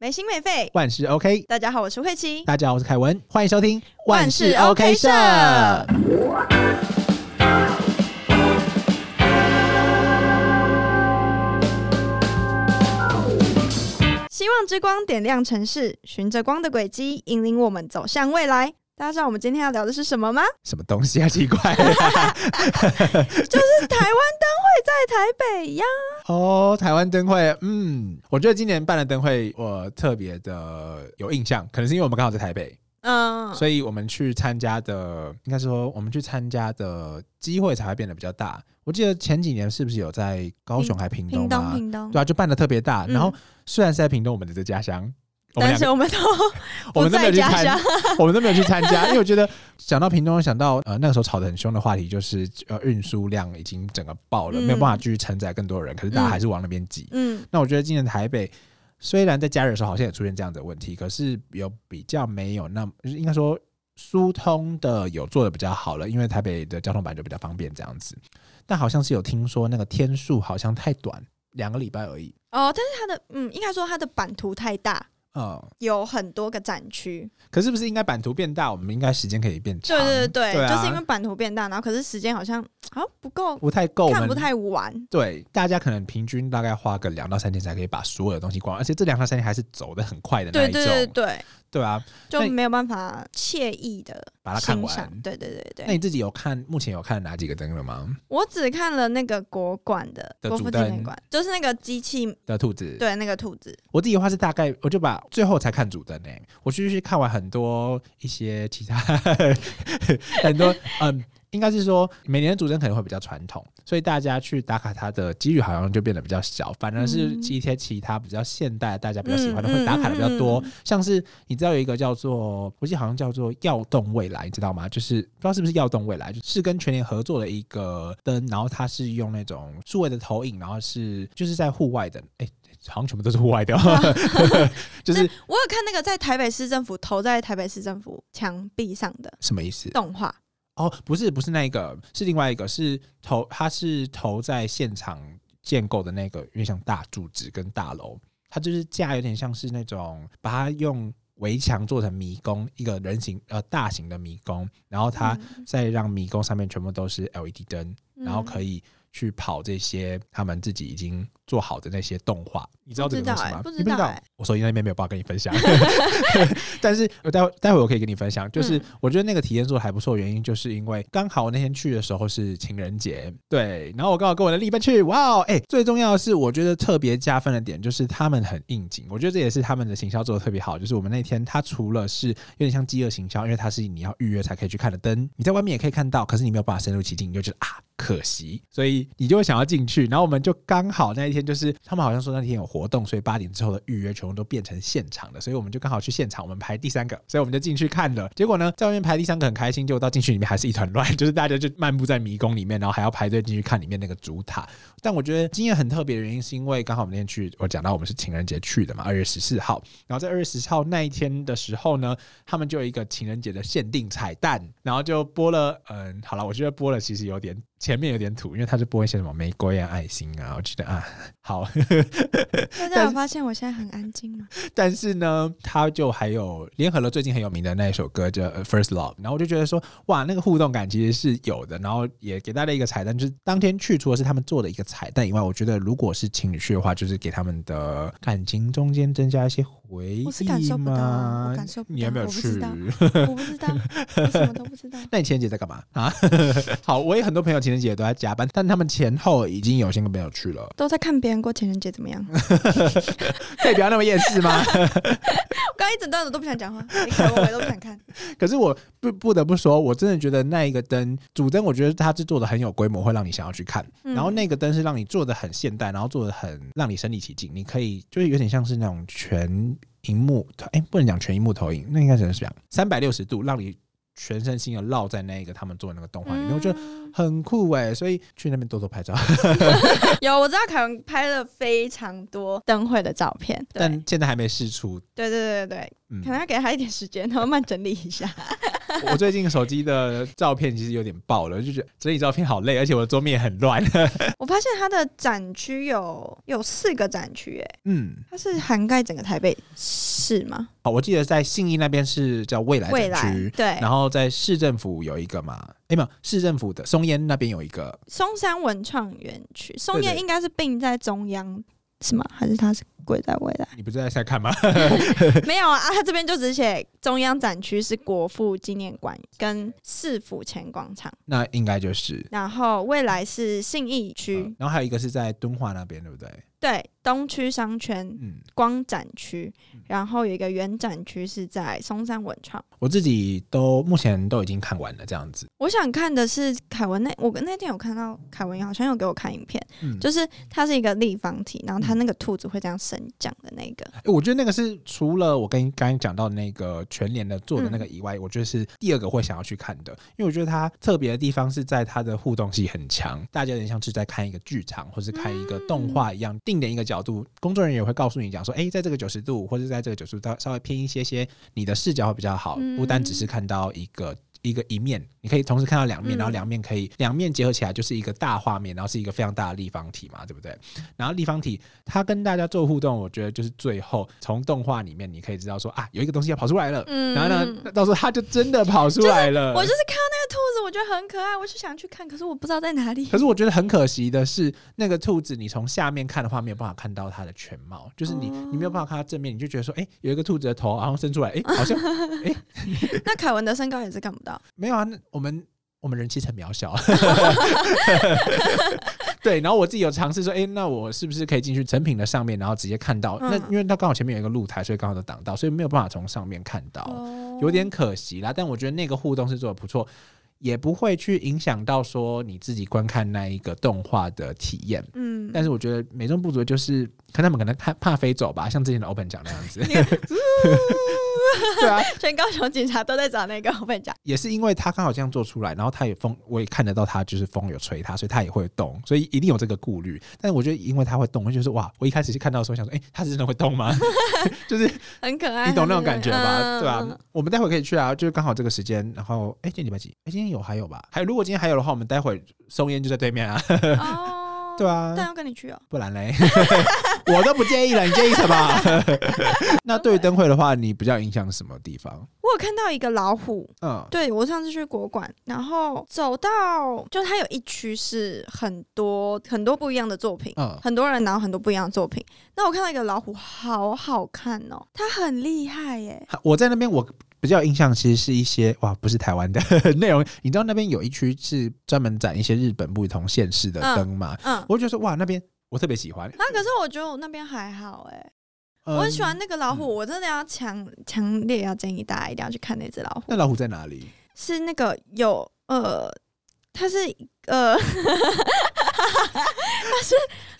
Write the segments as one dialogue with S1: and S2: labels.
S1: 没心没肺。
S2: 万事 OK。
S1: 大家好，我是慧琪。
S2: 大家好，我是凯文，欢迎收听
S1: 万事 OK 社希望之光点亮城市，循着光的轨迹，引领我们走向未来。大家知道我们今天要聊的是什么吗？
S2: 什么东西啊？奇怪
S1: 就是台湾灯会在台北呀！
S2: 哦，台湾灯会，嗯，我觉得今年办的灯会我特别的有印象，可能是因为我们刚好在台北，
S1: 嗯，
S2: 所以我们去参加的，应该说我们去参加的机会才会变得比较大。我记得前几年是不是有在高雄还屏
S1: 屏
S2: 东
S1: 东
S2: 吗？
S1: 屏东
S2: 对，啊，就办的特别大。
S1: 嗯
S2: 然后虽然是在屏东，我们的这家乡，我们
S1: 但
S2: 两
S1: 是
S2: 个
S1: 我们都
S2: 我
S1: 不
S2: 们都
S1: 在
S2: 没有去
S1: 家乡
S2: 参，，我们都没有去参加，因为我觉得想到屏东，想到呃那个时候吵得很凶的话题，就是呃运输量已经整个爆了，
S1: 嗯
S2: 没有办法继续承载更多人，可是大家还是往那边挤。
S1: 嗯
S2: 那我觉得今年台北虽然在假日的时候好像也出现这样子的问题，可是有比较没有那么，就是应该说疏通的有做的比较好了，因为台北的交通本来就比较方便这样子。但好像是有听说那个天数好像太短，两个礼拜而已。
S1: 哦，但是它的嗯，应该说它的版图太大，
S2: 嗯，
S1: 有很多个展区。
S2: 可是不是应该版图变大，我们应该时间可以变长？
S1: 对对对，
S2: 对啊
S1: 就是因为版图变大，然后可是时间好像好像不够，
S2: 不太够，我
S1: 看
S2: 们
S1: 不太完。
S2: 对，大家可能平均大概花个两到三天才可以把所有的东西逛完，而且这两到三天还是走的很快的
S1: 对
S2: 那一种，
S1: 对对对，
S2: 对啊。
S1: 就
S2: 那你
S1: 没有办法惬意的
S2: 把它看
S1: 欣
S2: 完
S1: 赏。对对对
S2: 那你
S1: 对，
S2: 自己有看目前有看哪几个灯了吗？
S1: 我只看了那个国馆的
S2: 的
S1: 国
S2: 主
S1: 父纪念
S2: 灯
S1: 馆，就是那个机器，
S2: 的兔子，
S1: 对那个兔子，
S2: 我自己的话是大概我就把最后才看主灯诶、我去去看完很多一些其他 很多嗯。应该是说，每年的主灯可能会比较传统，所以大家去打卡它的几率好像就变得比较小，反而是
S1: 嗯
S2: 一些其他比较现代、大家比较喜欢的
S1: 嗯
S2: 会打卡的比较多
S1: 嗯。
S2: 像是你知道有一个叫做，我记得好像叫做耀动未来，你知道吗？就是不知道是不是耀动未来，就是跟全年合作的一个灯，然后它是用那种数位的投影，然后是就是在户外的，哎、好像全部都是户外的哦， 就是
S1: 我有看那个在台北市政府投在台北市政府墙壁上的
S2: 什么意思？
S1: 动画，
S2: 哦，不是，不是那一个，是另外一个，是投，它是投在现场建构的那个，有点像大柱子跟大楼，它就是架有点像是那种，把它用围墙做成迷宫，一个人形呃大型的迷宫，然后它
S1: 嗯
S2: 再让迷宫上面全部都是 LED 灯，然后
S1: 嗯
S2: 可以。去跑这些他们自己已经做好的那些动画，你知道这个东西吗？
S1: 不知道欸
S2: 你
S1: 不知道欸
S2: 我手机那边没有办法跟你 分享，但是我待会待会我可以跟你分享，就是
S1: 嗯
S2: 我觉得那个体验做的还不错，原因就是因为刚好我那天去的时候是情人节，对，然后我刚好跟我的另一半去，哇哦，哎、最重要的是我觉得特别加分的点就是他们很应景，我觉得这也是他们的行销做的特别好，就是我们那天他除了是有点像饥饿行销，因为它是你要预约才可以去看的灯，你在外面也可以看到，可是你没有办法深入其境，你就觉得啊可惜，所以你就会想要进去，然后我们就刚好那一天就是他们好像说那天有活动，所以八点之后的预约全部都变成现场的，所以我们就刚好去现场，我们排第三个，所以我们就进去看了。结果呢，在外面排第三个很开心，结果到进去里面还是一团乱，就是大家就漫步在迷宫里面，然后还要排队进去看里面那个主塔。但我觉得经验很特别的原因，是因为刚好我们那天去，我讲到我们是情人节去的嘛，二月十四号。然后在二月十四号那一天的时候呢，他们就有一个情人节的限定彩蛋，然后就播了，嗯，好了，我觉得播了其实有点前面有点土，因为他是播一些什么玫瑰啊、爱心啊，我觉得啊 好，
S1: 大
S2: 但
S1: 家有发现我现在很安静吗？
S2: 但是呢，他就还有联合了最近很有名的那一首歌叫《呃 First Love》，然后我就觉得说，哇，那个互动感其实是有的，然后也给大家一个彩蛋，就是当天去除了是他们做的一个彩蛋以外，我觉得如果是情侣去的话，就是给他们的感情中间增加一些回忆
S1: 我是感受不到啊
S2: 吗
S1: 我感受不到
S2: 你有没有
S1: 我不
S2: 去
S1: 知？道我不知道，我什么都不知道。
S2: 那你情人节在干嘛啊？ 好，我也很多朋友情人节都在加班，但他们前后已经有些个朋友去了，
S1: 都在看别人过情人节怎么样？
S2: 可以不要那么厌世吗？
S1: 我 刚刚一整段我都不想讲话，你看我我也都不想看。
S2: 可是我不不得不说，我真的觉得那一个灯主灯，我觉得它是做的很有规模，会让你想要去看。
S1: 嗯
S2: 然后那个灯是让你做的很现代，然后做的很让你身临其境，你可以就是有点像是那种全荧幕，哎、不能讲全荧幕投影，那应该只能是讲三百六十度，让你全身心的绕在那一个他们做的那个动画里面，我觉得。
S1: 嗯
S2: 很酷哎、所以去那边多多拍照。
S1: 有，我知道凯文拍了非常多灯会的照片，对
S2: 但现在还没试出，
S1: 对对对对对，
S2: 嗯
S1: 可，能要给他一点时间，然后慢整理一下。
S2: 我最近手机的照片其实有点爆了，就觉得整理照片好累，而且我的桌面也很乱。
S1: 我发现它的展区有有四个展区，哎，
S2: 嗯，
S1: 它是涵盖整个台北市吗？
S2: 好，我记得在信义那边是叫未来
S1: 未
S2: 展
S1: 来
S2: 区，
S1: 对，
S2: 然后在市政府有一个嘛，哎、没有，市政府的松烟那边有一个，
S1: 松山文创园区，松
S2: 对
S1: 烟应该是并在中央是吗？还是它是归在未 来？
S2: 你不是在在看吗？
S1: 没有啊，啊它这边就只写中央展区是国父纪念馆跟市府前广场，
S2: 那应该就是。
S1: 然后未来是信义区，
S2: 嗯然后还有一个是在敦化那边，对不对？
S1: 对，东区商圈
S2: 嗯，
S1: 光展区，然后有一个原展区是在松山文创。
S2: 我自己都目前都已经看完了，这样子。
S1: 我想看的是凯文那，我跟那天有看到凯文好像有给我看影片，
S2: 嗯，
S1: 就是它是一个立方体，然后它那个兔子会这样升降的那个，
S2: 诶我觉得那个是除了我跟刚刚讲到那个全联的做
S1: 嗯
S2: 的那个以外，我觉得是第二个会想要去看的，因为我觉得它特别的地方是在它的互动性很强，大家有点像是在看一个剧场或是看一
S1: 嗯
S2: 个动画一样，定点一个角度，工作人员也会告诉你讲说，哎、在这个九十度或者在这个九十度，它稍微偏一些些，你的视角会比较好，
S1: 嗯
S2: 不单只是看到一个。一个一面，你可以同时看到两面，
S1: 嗯
S2: 然后两面可以两面结合起来就是一个大画面，然后是一个非常大的立方体嘛，对不对？然后立方体它跟大家做互动，我觉得就是最后从动画里面你可以知道说啊，有一个东西要跑出来了，
S1: 嗯
S2: 然后呢，到时候它就真的跑出来了。
S1: 我就是看到那个兔子，我觉得很可爱，我就想去看，可是我不知道在哪 里
S2: 可。是我觉得很可惜的是，那个兔子你从下面看的话，没有办法看到它的全貌，就是你、
S1: 哦
S2: 你没有办法看它正面，你就觉得说，哎、有一个兔子的头，然后伸出来，哎、好像
S1: 那凯文的身高也是看不到，
S2: 没有啊，那我们我们人其实很 渺小。对，然后我自己有尝试说，哎、那我是不是可以进去成品的上面，然后直接看到？
S1: 嗯
S2: 那因为它刚好前面有一个露台，所以刚好都挡到，所以没有办法从上面看到，
S1: 哦
S2: 有点可惜啦。但我觉得那个互动是做的不错，也不会去影响到说你自己观看那一个动画的体验。
S1: 嗯，
S2: 但是我觉得美中不足的就是，可能他们可能怕怕飞走吧，像之前的 Open 讲那样 子。对啊，
S1: 全高雄警察都在找那个，我跟你讲，
S2: 也是因为他刚好这样做出来，然后他也风，我也看得到他就是风有吹他，所以他也会动，所以一定有这个顾虑。但我觉得因为他会动，我就觉得说哇，我一开始是看到的时候想说，哎、他是真的会动吗？ 就是
S1: 很可爱，
S2: 你懂那种感觉吧？
S1: 嗯
S2: 对啊吧、 我们待会可以去啊，就是刚好这个时间。然后哎、今天礼拜几？哎、今天有还有吧？还有，如果今天还有的话，我们待会松烟就在对面啊，
S1: 嗯哦
S2: 对啊。
S1: 但要跟你去哦，
S2: 不然嘞， 我都不介意了，你介意什么？ 那对于灯会的话，你比较影响什么地方？
S1: 我有看到一个老虎，
S2: 嗯，
S1: 对我上次去国馆，然后走到就它有一区是很多很多不一样的作品，
S2: 嗯
S1: 很多人拿很多不一样的作品。那我看到一个老虎，好好看哦，它很厉害耶。
S2: 我在那边我比较有印象，其实是一些哇，不是台湾的内容。你知道那边有一区是专门展一些日本不同县市的灯嘛？
S1: 嗯，
S2: 我就觉得哇，那边我特别喜欢。
S1: 啊，可是我觉得我那边还好哎，
S2: 嗯
S1: 我很喜欢。那个老虎，我真的要强强烈要建议大家一定要去看那只老虎，
S2: 那老虎在哪里？
S1: 是那个有呃，它是呃， 它是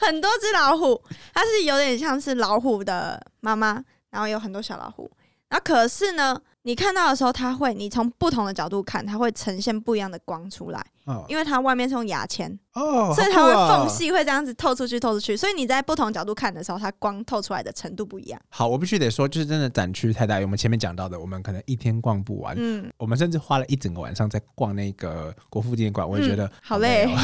S1: 很多只老虎，它是有点像是老虎的妈妈，然后有很多小老虎，然后可是呢，你看到的时候，它会你从不同的角度看，它会呈现不一样的光出来，
S2: 嗯
S1: 因为它外面是用牙签，
S2: 哦，
S1: 所以它
S2: 好
S1: 会
S2: 酷啊
S1: 缝。隙会这样子透出去透出去，所以你在不同角度看的时候，它光透出来的程度不一样。
S2: 好，我必须得说，就是真的展区太大，我们前面讲到的，我们可能一天逛不完。
S1: 嗯，
S2: 我们甚至花了一整个晚上在逛那个国父纪念馆，我也觉得
S1: 嗯好累
S2: 哦。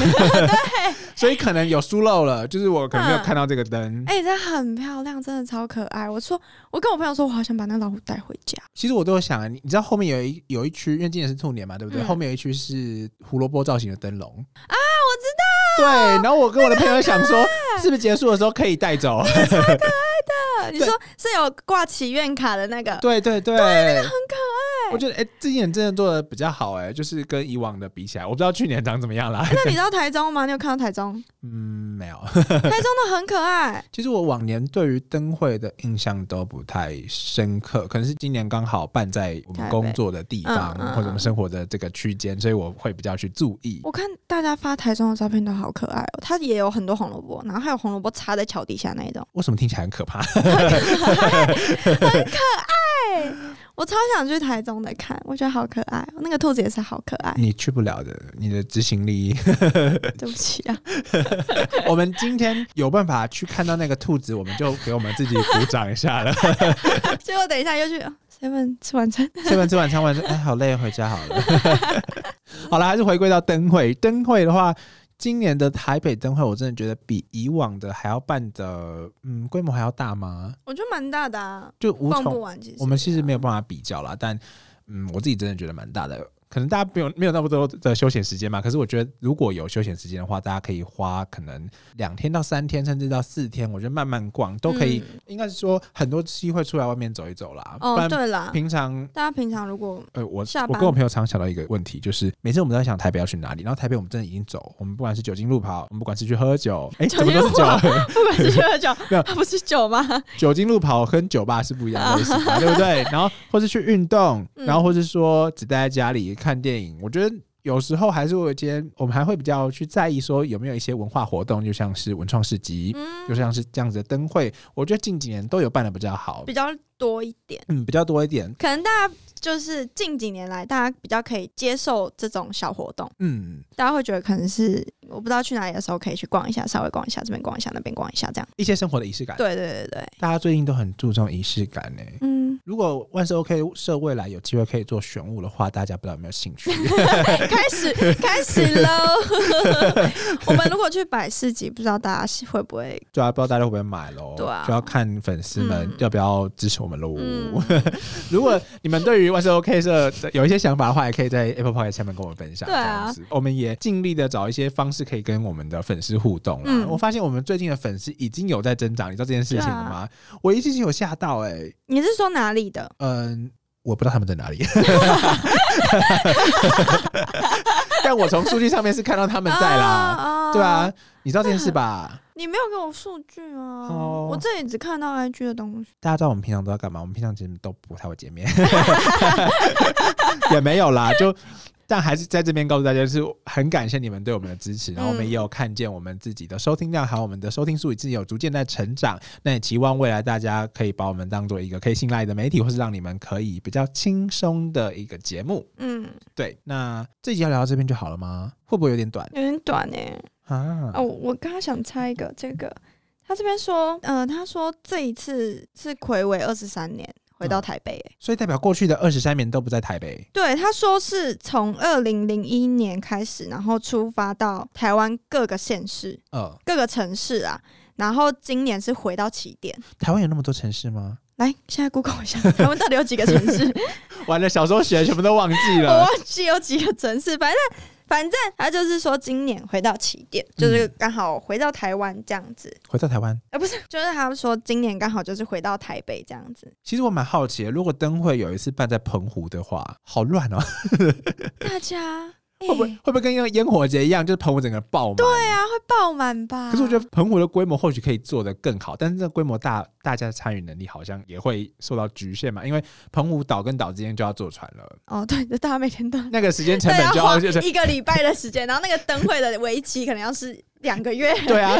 S2: 所以可能有疏漏了，就是我可能没有
S1: 嗯
S2: 看到这个灯。
S1: 哎、它很漂亮，真的超可爱。我说，我跟我朋友说，我好想把那老虎带回家。
S2: 其实我都有想啊，你你知道后面有一有一区，因为今年是兔年嘛，对不对？
S1: 嗯
S2: 后面有一区是胡萝卜造型的灯笼啊，
S1: 我
S2: 知道。对，然后我跟我的朋友想说，是不是结束的时候可以带 走？
S1: 呃你说是有挂祈愿卡的那个，
S2: 对对对，那个很
S1: 可
S2: 爱我觉得哎，这一年真的做的比较好哎，就是跟以往的比起来，我不知道去年长怎么样 啦。
S1: 那你到台中吗？你有看到台中？
S2: 嗯，没有。
S1: 台中的很可爱。
S2: 其实我往年对于灯会的印象都不太深刻，可能是今年刚好办在我们
S1: 台北
S2: 工作的地方
S1: 嗯嗯嗯
S2: 或者我们生活的这个区间，所以我会比较去注意。
S1: 我看大家发台中的照片都好可爱哦，它也有很多红萝卜，然后还有红萝卜插在桥底下那一种，
S2: 为什么听起来很可怕？
S1: 我超想去台中的看，我觉得好可爱哦。那个兔子也是好可爱。
S2: 你去不了的，你的执行力。
S1: 对不起啊，
S2: 我们今天有办法去看到那个兔子，我们就给我们自己鼓掌一下了。
S1: 结果等一下又去，啊 Seven 吃晚餐，
S2: 吃完吃晚餐完，哎，好累，回家好了。 好了，还是回归到灯会。灯会的话，今年的台北灯会，我真的觉得比以往的还要办的，嗯，规模还要大吗？
S1: 我觉得蛮大的啊，
S2: 就无
S1: 逛不
S2: 从
S1: 完。其实啊
S2: 我们其实没
S1: 有，
S2: 有办法比较啦，但嗯，我自己真的觉得蛮大的。可能大家没有没有那么多的休闲时间嘛，可是我觉得如果有休闲时间的话，大家可以花可能两天到三天，甚至到四天，我觉得慢慢逛都可以。应该是说很多机会出来外面走一走啦，不
S1: 嗯哦，
S2: 然
S1: 对啦，
S2: 平常
S1: 大家平常如果
S2: 呃，我
S1: 下
S2: 我
S1: 班
S2: 跟我朋友常想到一个问题，就是每次我们都在想台北要去哪里，然后台北我们真的已经走，我们不管是酒精路跑，我们不管是去喝酒，哎、
S1: 酒
S2: 怎么都是
S1: 精路跑
S2: 酒，
S1: 不管是去喝酒 啊
S2: 没有，
S1: 不是酒 吗？
S2: 酒精路跑跟酒吧是不一样的类型嘛，对不对？然后或是去运动，
S1: 嗯
S2: 然后或是说只待在家里看电影，我觉得。有时候还是会有一些，我们还会比较去在意说有没有一些文化活动，就像是文创市集，
S1: 嗯
S2: 就，像是这样子的灯会，我觉得近几年都有办的比较好
S1: 比，较多一点。
S2: 嗯，比较多一点，
S1: 可能大家就是近几年来，大家比较可以接受这种小活动，
S2: 嗯，
S1: 大家会觉得可能是我不知道去哪里的时候可以去逛一下，稍微逛一下这边逛一下那边逛一下这样。
S2: 一些生活的仪式感。
S1: 对对对对，
S2: 大家最近都很注重仪式感呢、，
S1: 嗯
S2: 如果万事 OK 社未来有机会可以做玄武的话，大家不知道有没有兴趣？
S1: 开始开始 喽。我们如果去百事集，不知道大家会不会
S2: 就要不知道大家会不会买喽？
S1: 对啊
S2: 就要看粉丝们
S1: 嗯
S2: 要不要支持我们喽。
S1: 嗯
S2: 如果你们对于万事 OK 社有一些想法的话，也可以在 Apple Podcast 下面跟我们分享。
S1: 对啊
S2: 这样子，我们也尽力的找一些方式可以跟我们的粉丝互动啦。
S1: 嗯
S2: 我发现我们最近的粉丝已经有在增长，你知道这件事情了吗？
S1: 啊
S2: 我一直有吓到哎、
S1: 你是说哪里的？
S2: 嗯，我不知道他们在哪里， 但我从数据上面是看到他们在啦，
S1: 啊
S2: 对啊，，你知道这件事吧？
S1: 你没有给我数据啊，
S2: 哦
S1: 我这里只看到 IG 的东西。
S2: 大家知道我们平常都要干嘛？我们平常其实都不太会见面， 也没有啦，就。但还是在这边告诉大家，就是很感谢你们对我们的支持，然后我们
S1: 嗯
S2: 也有看见我们自己的收听量，还有我们的收听数，已经有逐渐在成长。那也期望未来大家可以把我们当做一个可以信赖的媒体，或是让你们可以比较轻松的一个节目。
S1: 嗯，
S2: 对，那这集要聊到这边就好了吗？会不会有点短
S1: 有点短哎、
S2: 啊？
S1: 哦，我刚刚想猜一个，这个他这边说，呃，他说这一次是暌违二十三年回到
S2: 嗯
S1: 台北、欸，
S2: 所以代表过去的二十三年都不在台北，
S1: 对，他说是从二零零一年开始，然后出发到台湾各个县市、
S2: 呃，
S1: 各个城市啊，然后今年是回到起点。
S2: 台湾有那么多城市吗？
S1: 来，现在 Google 一下，台湾到底有几个城市？
S2: 完了，小时候学的全部都忘记
S1: 我
S2: 了。
S1: 忘记有几个城市，反正反正他就是说今年回到起点，就是刚好回到台湾这样子。
S2: 回到台湾，
S1: 呃，不是，就是他们说今年刚好就是回到台北这样子，
S2: 其实我蛮好奇的，如果灯会有一次办在澎湖的话，好乱 哦，
S1: 大家会
S2: 会不会会不会跟烟火节一样，就是澎湖整个爆满？对
S1: 对啊，会爆满吧？
S2: 可是我觉得澎湖的规模或许可以做得更好，但是这个规模大，大家的参与能力好像也会受到局限嘛，因为澎湖岛跟岛之间就要坐船了，
S1: 哦，对，就大家每天都
S2: 那个时间成
S1: 对
S2: 本就
S1: 要花
S2: 要就是
S1: 一个礼拜的时间，然后那个灯会的为期可能要是两个 月。
S2: 对啊，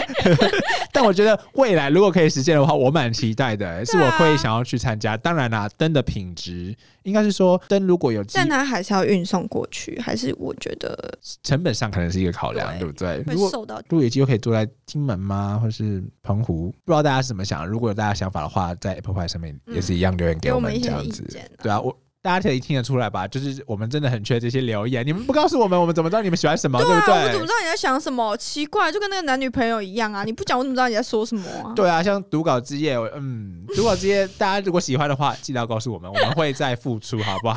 S2: 但我觉得未来如果可以实现的话，我蛮期待的、
S1: 啊
S2: 是我会想要去参加。当然啦，灯的品质应该是说灯如果有机
S1: 但它还是要运送过去，还是我觉得
S2: 成本上可能是一个考量，对
S1: 对
S2: 不对？
S1: 会
S2: 如果
S1: 受到
S2: 如果有机会可以坐在金门吗，或是澎湖，不知道大家是怎么想。如果有大家想法的话，在 Apple Pie 上面也是一样留言
S1: 嗯给
S2: 我
S1: 我
S2: 们
S1: 们一
S2: 这
S1: 些
S2: 样
S1: 意
S2: 子。
S1: 见啊。
S2: 对啊，我。大家可以听得出来吧？就是我们真的很缺这些留言，你们不告诉我们，我们怎么知道你们喜欢什么，
S1: 对
S2: 不
S1: 啊，我怎
S2: 对
S1: 么知？道你在想什么？奇怪，就跟那个男女朋友一样啊！你不讲，我怎么知道你在说什么啊？
S2: 对啊，像读稿之夜，我嗯，读稿之夜，大家如果喜欢的话，记得要告诉我们，我们会再付出，好不好？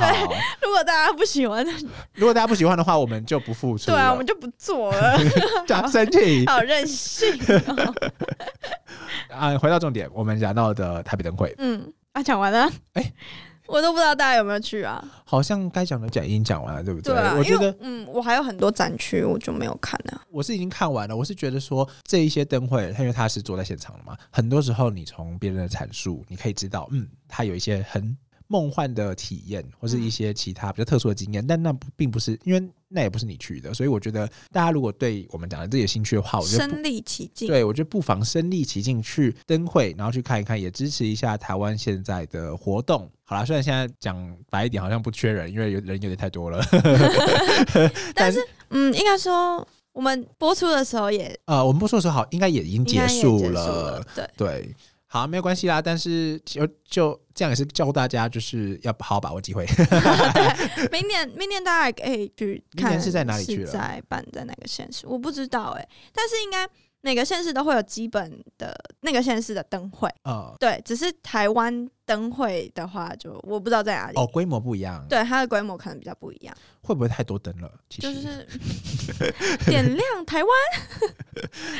S1: 如果大家不喜 欢，
S2: 如果大家不喜欢的话，我们就不付出
S1: 对
S2: 了。
S1: 啊，我们就不做 了，
S2: 就生气
S1: 好任性哦。
S2: 啊！回到重点，我们讲到的台北灯会，
S1: 嗯，啊，讲完了。
S2: 哎
S1: 我都不知道大家有没有去啊？
S2: 好像该讲的讲已经讲完了，对不
S1: 对啊，
S2: 我
S1: 因
S2: 觉
S1: 为
S2: 得
S1: 嗯，我还有很多展区我就没有看啊。
S2: 我是已经看完了。我是觉得说这一些灯会，因为他是坐在现场了嘛，很多时候你从别人的阐述，你可以知道，嗯，他有一些很梦幻的体验，或是一些其他比较特殊的经验，但那不并不是因为那也不是你去的，所以我觉得大家如果对我们讲的这些兴趣的话，我觉哦得不
S1: 身临其境。
S2: 对，我觉得不妨身临其境去灯会，然后去看一看，也支持一下台湾现在的活动。好啦，虽然现在讲白一点，好像不缺人，因为有人有点太多了。 但
S1: 但是，嗯，应该说我们播出的时候也
S2: 呃，我们播出的时候好，应该也已经
S1: 应
S2: 结
S1: 该也
S2: 束
S1: 结
S2: 了。
S1: 了，对，
S2: 对，好，没有关系啦。但是就就这样也是教大家，就是要好好把握机会。
S1: 明年明年大家也可以去看，
S2: 明年是在哪里去了
S1: 在办在哪个县市？我不知道哎、但是应该每个县市都会有基本的那个县市的灯会，
S2: 呃，
S1: 对，只是台湾灯会的话就，我不知道在哪里。
S2: 哦，规模不一样，
S1: 对它的规模可能比较不一样，
S2: 会不会太多灯了？其
S1: 就
S2: 实、
S1: 是 点亮台湾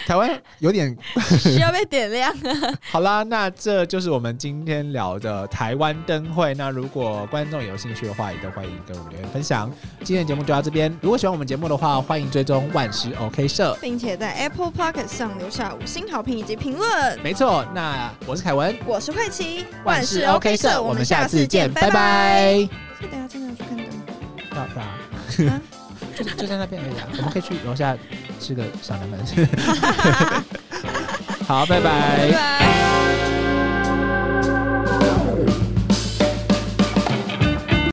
S2: 台湾有点
S1: 需要被点亮。
S2: 好啦，那这就是我们今天聊的台湾灯会。那如果观众有兴趣的话，也都欢迎跟我们留言分享。今天的节目就到这边。如果喜欢我们节目的话，欢迎追踪万事 OK 社。
S1: 并且在 Apple p o c k e t 上留下五星好评以及评论。
S2: 没错，那我是凯文，
S1: 我是慧琪，
S2: 万事 OK 社，我们下次见，拜
S1: 拜。
S2: 拜。
S1: 所以等一下真的要去看灯会
S2: 到到，
S1: 啊
S2: 就就在那边而已、啊，我们可以去楼下 吃个小南门。好，拜
S1: 拜
S2: 拜
S1: 拜。